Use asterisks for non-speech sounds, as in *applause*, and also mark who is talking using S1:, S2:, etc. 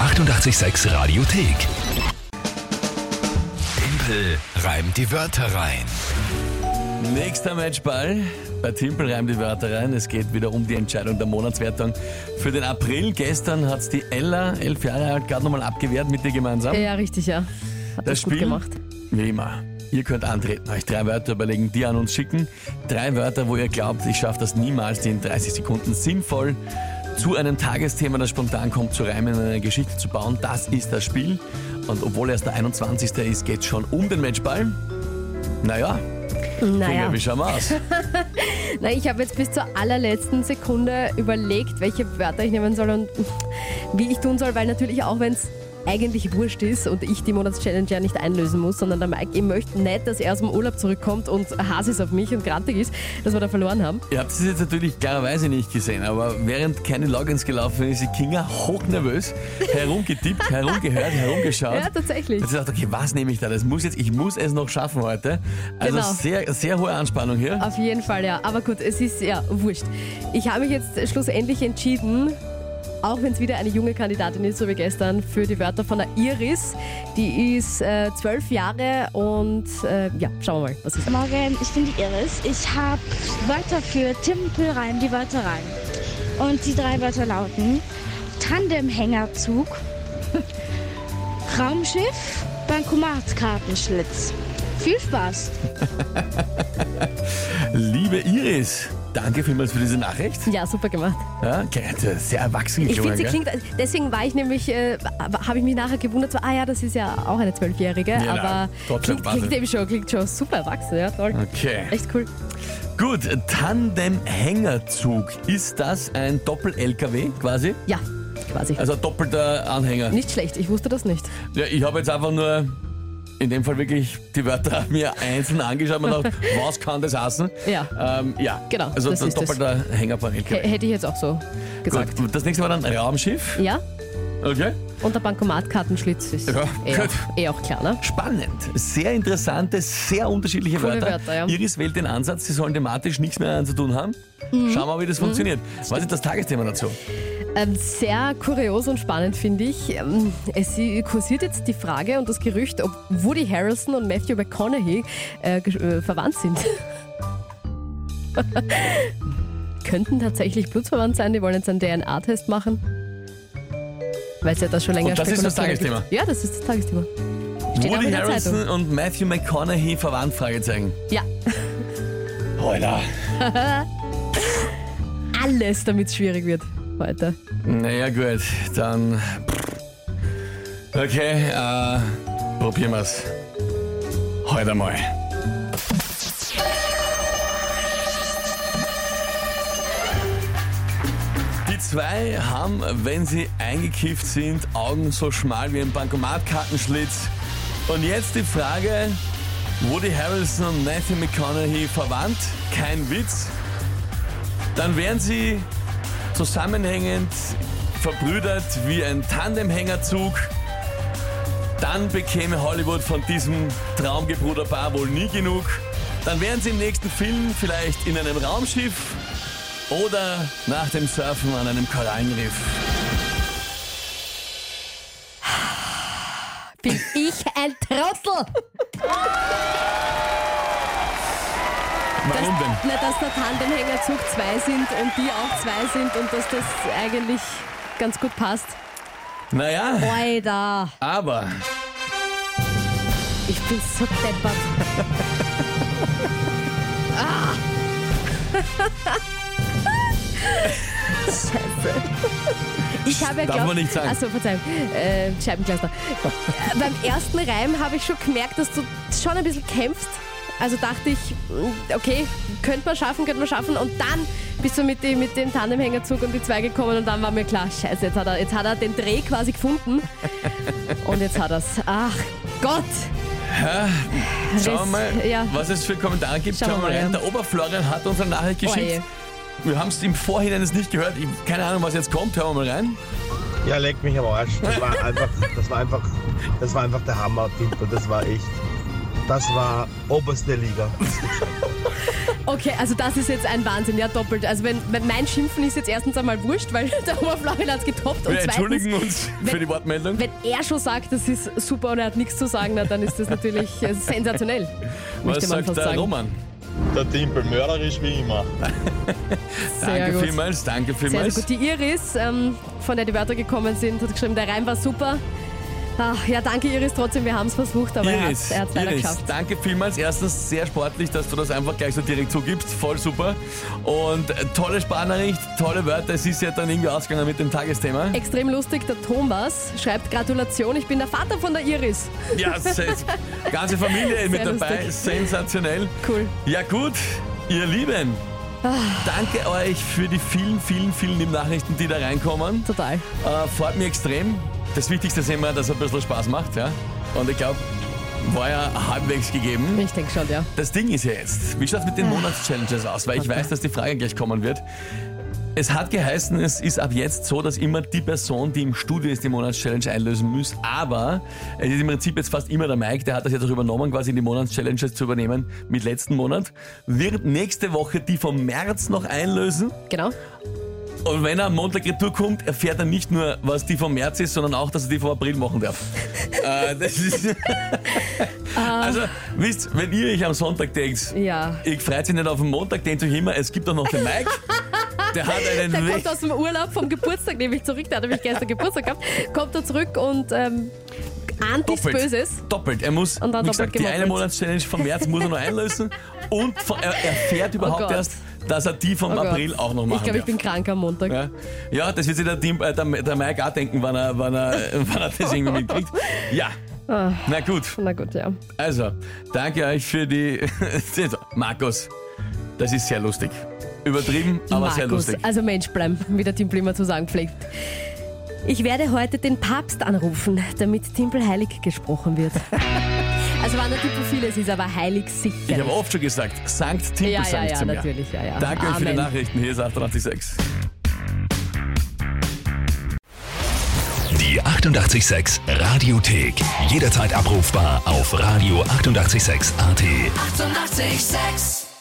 S1: 886 Radiothek. Tempel reimt die Wörter rein.
S2: Nächster Matchball. Bei Timpel reimt die Wörter rein. Es geht wieder um die Entscheidung der Monatswertung für den April. Gestern hat es die Ella, elf Jahre alt, gerade nochmal abgewehrt mit dir gemeinsam.
S3: Ja, richtig, ja. Hat
S2: Das
S3: das
S2: Spiel?
S3: gut gemacht.
S2: Wie immer. Ihr könnt antreten, euch drei Wörter überlegen, die an uns schicken. Drei Wörter, wo ihr glaubt, ich schaffe das niemals, die in 30 Sekunden sinnvoll zu einem Tagesthema, das spontan kommt, zu reimen, eine Geschichte zu bauen. Das ist das Spiel. Und obwohl erst der 21. ist, geht es schon um den Matchball. Naja,
S3: Naja,
S2: Finger, wie schauen
S3: *laughs*
S2: wir aus?
S3: Na, ich habe jetzt bis zur allerletzten Sekunde überlegt, welche Wörter ich nehmen soll und wie ich tun soll, weil natürlich auch wenn es eigentlich wurscht ist und ich die Monatschallenge ja nicht einlösen muss, sondern der Mike, ich möchte nicht, dass er aus dem Urlaub zurückkommt und Hass ist auf mich und grantig ist, dass wir da verloren haben.
S2: Ihr habt es jetzt natürlich klarerweise nicht gesehen, aber während keine Logins gelaufen ist, ist die Kinga hochnervös, herumgetippt, herumgehört, herumgeschaut.
S3: Ja, tatsächlich.
S2: Jetzt gedacht, okay, was nehme ich da? Das muss jetzt, ich muss es noch schaffen heute. Also
S3: Genau.
S2: sehr, sehr hohe Anspannung hier.
S3: Auf jeden Fall, ja. Aber gut, es ist ja wurscht. Ich habe mich jetzt schlussendlich entschieden, auch wenn es wieder eine junge Kandidatin ist, so wie gestern, für die Wörter von der Iris. Die ist äh, zwölf Jahre und äh, ja, schauen wir mal, was ist.
S4: Morgen, ich bin die Iris. Ich habe Wörter für Timpel rein, die Wörter rein. Und die drei Wörter lauten Tandemhängerzug, *laughs* Raumschiff, Bankomatkartenschlitz. Viel Spaß!
S2: Liebe Iris, danke vielmals für diese Nachricht.
S3: Ja, super gemacht.
S2: Ja, okay, das ist sehr erwachsen
S3: Ich
S2: geklungen,
S3: finde, sie
S2: gell?
S3: klingt, deswegen war ich nämlich, äh, habe ich mich nachher gewundert, so, ah ja, das ist ja auch eine Zwölfjährige,
S2: Ja, na,
S3: aber
S2: trotzdem
S3: klingt,
S2: Wahnsinn.
S3: klingt eben schon, klingt schon super erwachsen, ja, toll.
S2: Okay.
S3: Echt cool.
S2: Gut, Tandem-Hängerzug. Ist das ein Doppel-LKW quasi?
S3: Ja, quasi.
S2: Also ein doppelter Anhänger?
S3: Nicht schlecht, ich wusste das nicht.
S2: Ja, ich habe jetzt einfach nur in dem Fall wirklich die Wörter *laughs* mir einzeln angeschaut und
S3: *laughs*
S2: gedacht, was kann das heißen?
S3: Ja.
S2: Ähm, ja.
S3: Genau,
S2: Also
S3: das
S2: ein
S3: ist es.
S2: doppelter Hänger von
S3: H
S2: LKW.
S3: hätte ich jetzt auch so gesagt.
S2: Gut, das nächste Mal dann Raumschiff.
S3: Ja?
S2: Okay.
S3: Und der Bankomatkartenschlitz ist
S2: Ja,
S3: eh,
S2: gut.
S3: auch, eh auch klar, ne?
S2: Spannend. Sehr interessante, sehr unterschiedliche
S3: Coole
S2: Wörter.
S3: Wörter, ja.
S2: Iris wählt den Ansatz, sie sollen thematisch nichts mehr zu tun haben.
S3: Mhm.
S2: Schauen wir mal, wie das funktioniert. Was ist das Tagesthema dazu?
S3: Ähm, sehr kurios und spannend finde ich. Ähm, es kursiert jetzt die Frage und das Gerücht, ob Woody Harrelson und Matthew McConaughey äh, gesch- äh, verwandt sind. *laughs* Könnten tatsächlich blutsverwandt sein, die wollen jetzt einen DNA-Test machen. Weil es ja das schon länger
S2: Und Oh, das ist das
S3: Spekulationen
S2: Tagesthema?
S3: gibt. Ja, das ist das Tagesthema. Steht auch
S2: Woody
S3: in der
S2: Harrison
S3: Zeitung.
S2: und Matthew McConaughey verwandt? Fragezeichen.
S3: Ja,
S2: Hola.
S3: alles, damit es schwierig wird heute.
S2: Naja, gut, dann. Okay, äh, probieren wir's. Halt Heute mal. Die zwei haben, wenn sie eingekifft sind, Augen so schmal wie ein Bankomatkartenschlitz. Und jetzt die Frage: Woody Harrelson und Matthew McConaughey verwandt? Kein Witz. Dann wären sie zusammenhängend, verbrüdert wie ein Tandemhängerzug. Dann bekäme Hollywood von diesem Traumgebruderpaar wohl nie genug. Dann wären sie im nächsten Film vielleicht in einem Raumschiff oder nach dem Surfen an einem Korallenriff. *laughs*
S3: Bin ich ein Trottel!
S2: Warum denn?
S3: Na, dass der Tandemhängerzug zwei sind und die auch zwei sind und dass das eigentlich ganz gut passt.
S2: Naja,
S3: Alter,
S2: aber
S3: ich bin so deppert. ah. Scheiße. *laughs* Ich habe ja
S2: Darf
S3: glaubt-
S2: man nicht sagen.
S3: Ach so, Verzeihung. Äh, Scheibenkleister. Äh, Beim ersten Reim habe ich schon gemerkt, dass du schon ein bisschen kämpfst. Also dachte ich, mh, okay, könnte man schaffen, könnte man schaffen. Und dann bist du mit, die, mit dem Tandemhängerzug und die zwei gekommen und dann war mir klar, scheiße, jetzt hat er, jetzt hat er den Dreh quasi gefunden. Und jetzt hat er's. Ach Gott!
S2: schauen wir mal,
S3: Ja.
S2: was es für Kommentare gibt. Schauen,
S3: Schauen
S2: wir mal
S3: wir
S2: rein.
S3: mal, ja. Oh
S2: Der Oberflorian hat uns eine Nachricht geschickt.
S3: Oje.
S2: wir haben es im Vorhinein jetzt nicht gehört. Ich, keine Ahnung, was jetzt kommt. Hören wir mal rein.
S5: Ja, leck mich am Arsch. Das war einfach, das war einfach, das war einfach der Hammer, Timpel. Das war echt Das war oberste Liga.
S3: Okay, also das ist jetzt ein Wahnsinn, ja doppelt. Also wenn, wenn mein Schimpfen ist jetzt erstens einmal wurscht, weil *laughs* der Oberflorian hat es getoppt und
S2: Wir entschuldigen
S3: zweitens,
S2: uns für
S3: wenn-
S2: die Wortmeldung.
S3: wenn er schon sagt, das ist super und er hat nichts zu sagen, na, dann ist
S2: *laughs*
S3: das natürlich äh, sensationell.
S2: Was
S3: möchte man
S2: sagt
S3: fast
S2: der
S3: sagen.
S2: Roman?
S6: Der Timpel mörderisch wie immer.
S3: Sehr
S2: danke
S3: gut.
S2: vielmals, danke
S3: Sehr, sehr
S2: vielmals.
S3: gut. Die Iris, ähm, von der die Wörter gekommen sind, hat geschrieben, der Reim war super. Ach, ja, danke Iris, trotzdem, wir haben es versucht, aber
S2: Iris,
S3: er hat es leider
S2: Iris,
S3: geschafft.
S2: danke vielmals. Erstens sehr sportlich, dass du das einfach gleich so direkt zugibst. Voll super. Und äh, tolle Sparnachricht, tolle Wörter. Es ist ja dann irgendwie ausgegangen mit dem Tagesthema.
S3: Extrem lustig, der Thomas schreibt Gratulation, ich bin der Vater von der Iris.
S2: *laughs* Ja, se- ganze
S3: *laughs*
S2: Familie mit
S3: Sehr
S2: dabei.
S3: lustig.
S2: Sensationell.
S3: Cool.
S2: Ja gut, ihr Lieben.
S3: Ah.
S2: Danke euch für die vielen, vielen, vielen lieben Nachrichten, die da reinkommen.
S3: Total.
S2: Äh, freut mich extrem. Das Wichtigste ist immer, dass er ein bisschen Spaß macht. Ja? Und ich glaube, war ja halbwegs gegeben.
S3: Ich denke schon, ja.
S2: Das Ding ist ja jetzt, wie schaut es mit den Monatschallenges aus? Weil ich weiß, dass die Frage gleich kommen wird. Es hat geheißen, es ist ab jetzt so, dass immer die Person, die im Studio ist, die Monatschallenge einlösen muss. Aber es ist im Prinzip jetzt fast immer der Mike, der hat das jetzt auch übernommen, quasi die Monatschallenges zu übernehmen mit letzten Monat. Wird nächste Woche die vom März noch einlösen.
S3: Genau.
S2: Und wenn er am Montag retour kommt, erfährt er nicht nur, was die vom März ist, sondern auch, dass er die vom April machen
S3: *laughs*
S2: darf. äh, das ist
S3: Ah.
S2: also, wisst, wenn ihr euch am Sonntag denkt,
S3: Ja.
S2: ich freut sich nicht auf den Montag, denkt euch immer, es gibt doch noch den Mike. Der hat einen
S3: Der
S2: Weg.
S3: kommt aus dem Urlaub vom Geburtstag nämlich zurück, der hat nämlich gestern Geburtstag gehabt, kommt er zurück und ähm, ahnt nichts Böses.
S2: Doppelt. Er muss,
S3: Und dann
S2: wie
S3: doppelt
S2: gesagt, die eine
S3: gemoppelt.
S2: Monatschallenge vom März muss er noch einlösen. Und von- er erfährt überhaupt
S3: Oh Gott.
S2: erst, dass er die vom
S3: Oh Gott.
S2: April auch noch machen
S3: Ich glaube, ich
S2: darf.
S3: bin krank am Montag.
S2: Ja, ja das wird sich der, Team, äh, der, der Mike auch denken, wann er, wann, er, *laughs* wann er das irgendwie mitkriegt. Ja.
S3: Ah.
S2: Na gut,
S3: Na gut, ja.
S2: also, danke euch für die. *laughs* Markus, das ist sehr lustig. Übertrieben, aber sehr
S3: Markus,
S2: lustig.
S3: also Mensch bleiben, wie der Timpel immer zu sagen pflegt. Ich werde heute den Papst anrufen, damit Timpel heilig
S2: *laughs*
S3: gesprochen wird. also waren natürlich viele, es ist aber heilig sicher.
S2: Ich habe oft schon gesagt, Sankt Timpel
S3: Ja, ja,
S2: sage ich
S3: ja,
S2: zu mir.
S3: natürlich, ja, ja.
S2: Danke euch für die
S3: Amen.
S2: Nachrichten. Hier ist 886.
S1: Die 886 Radiothek. Jederzeit abrufbar auf radio886.at. 886! 886.
S7: Eighty-eight, sex.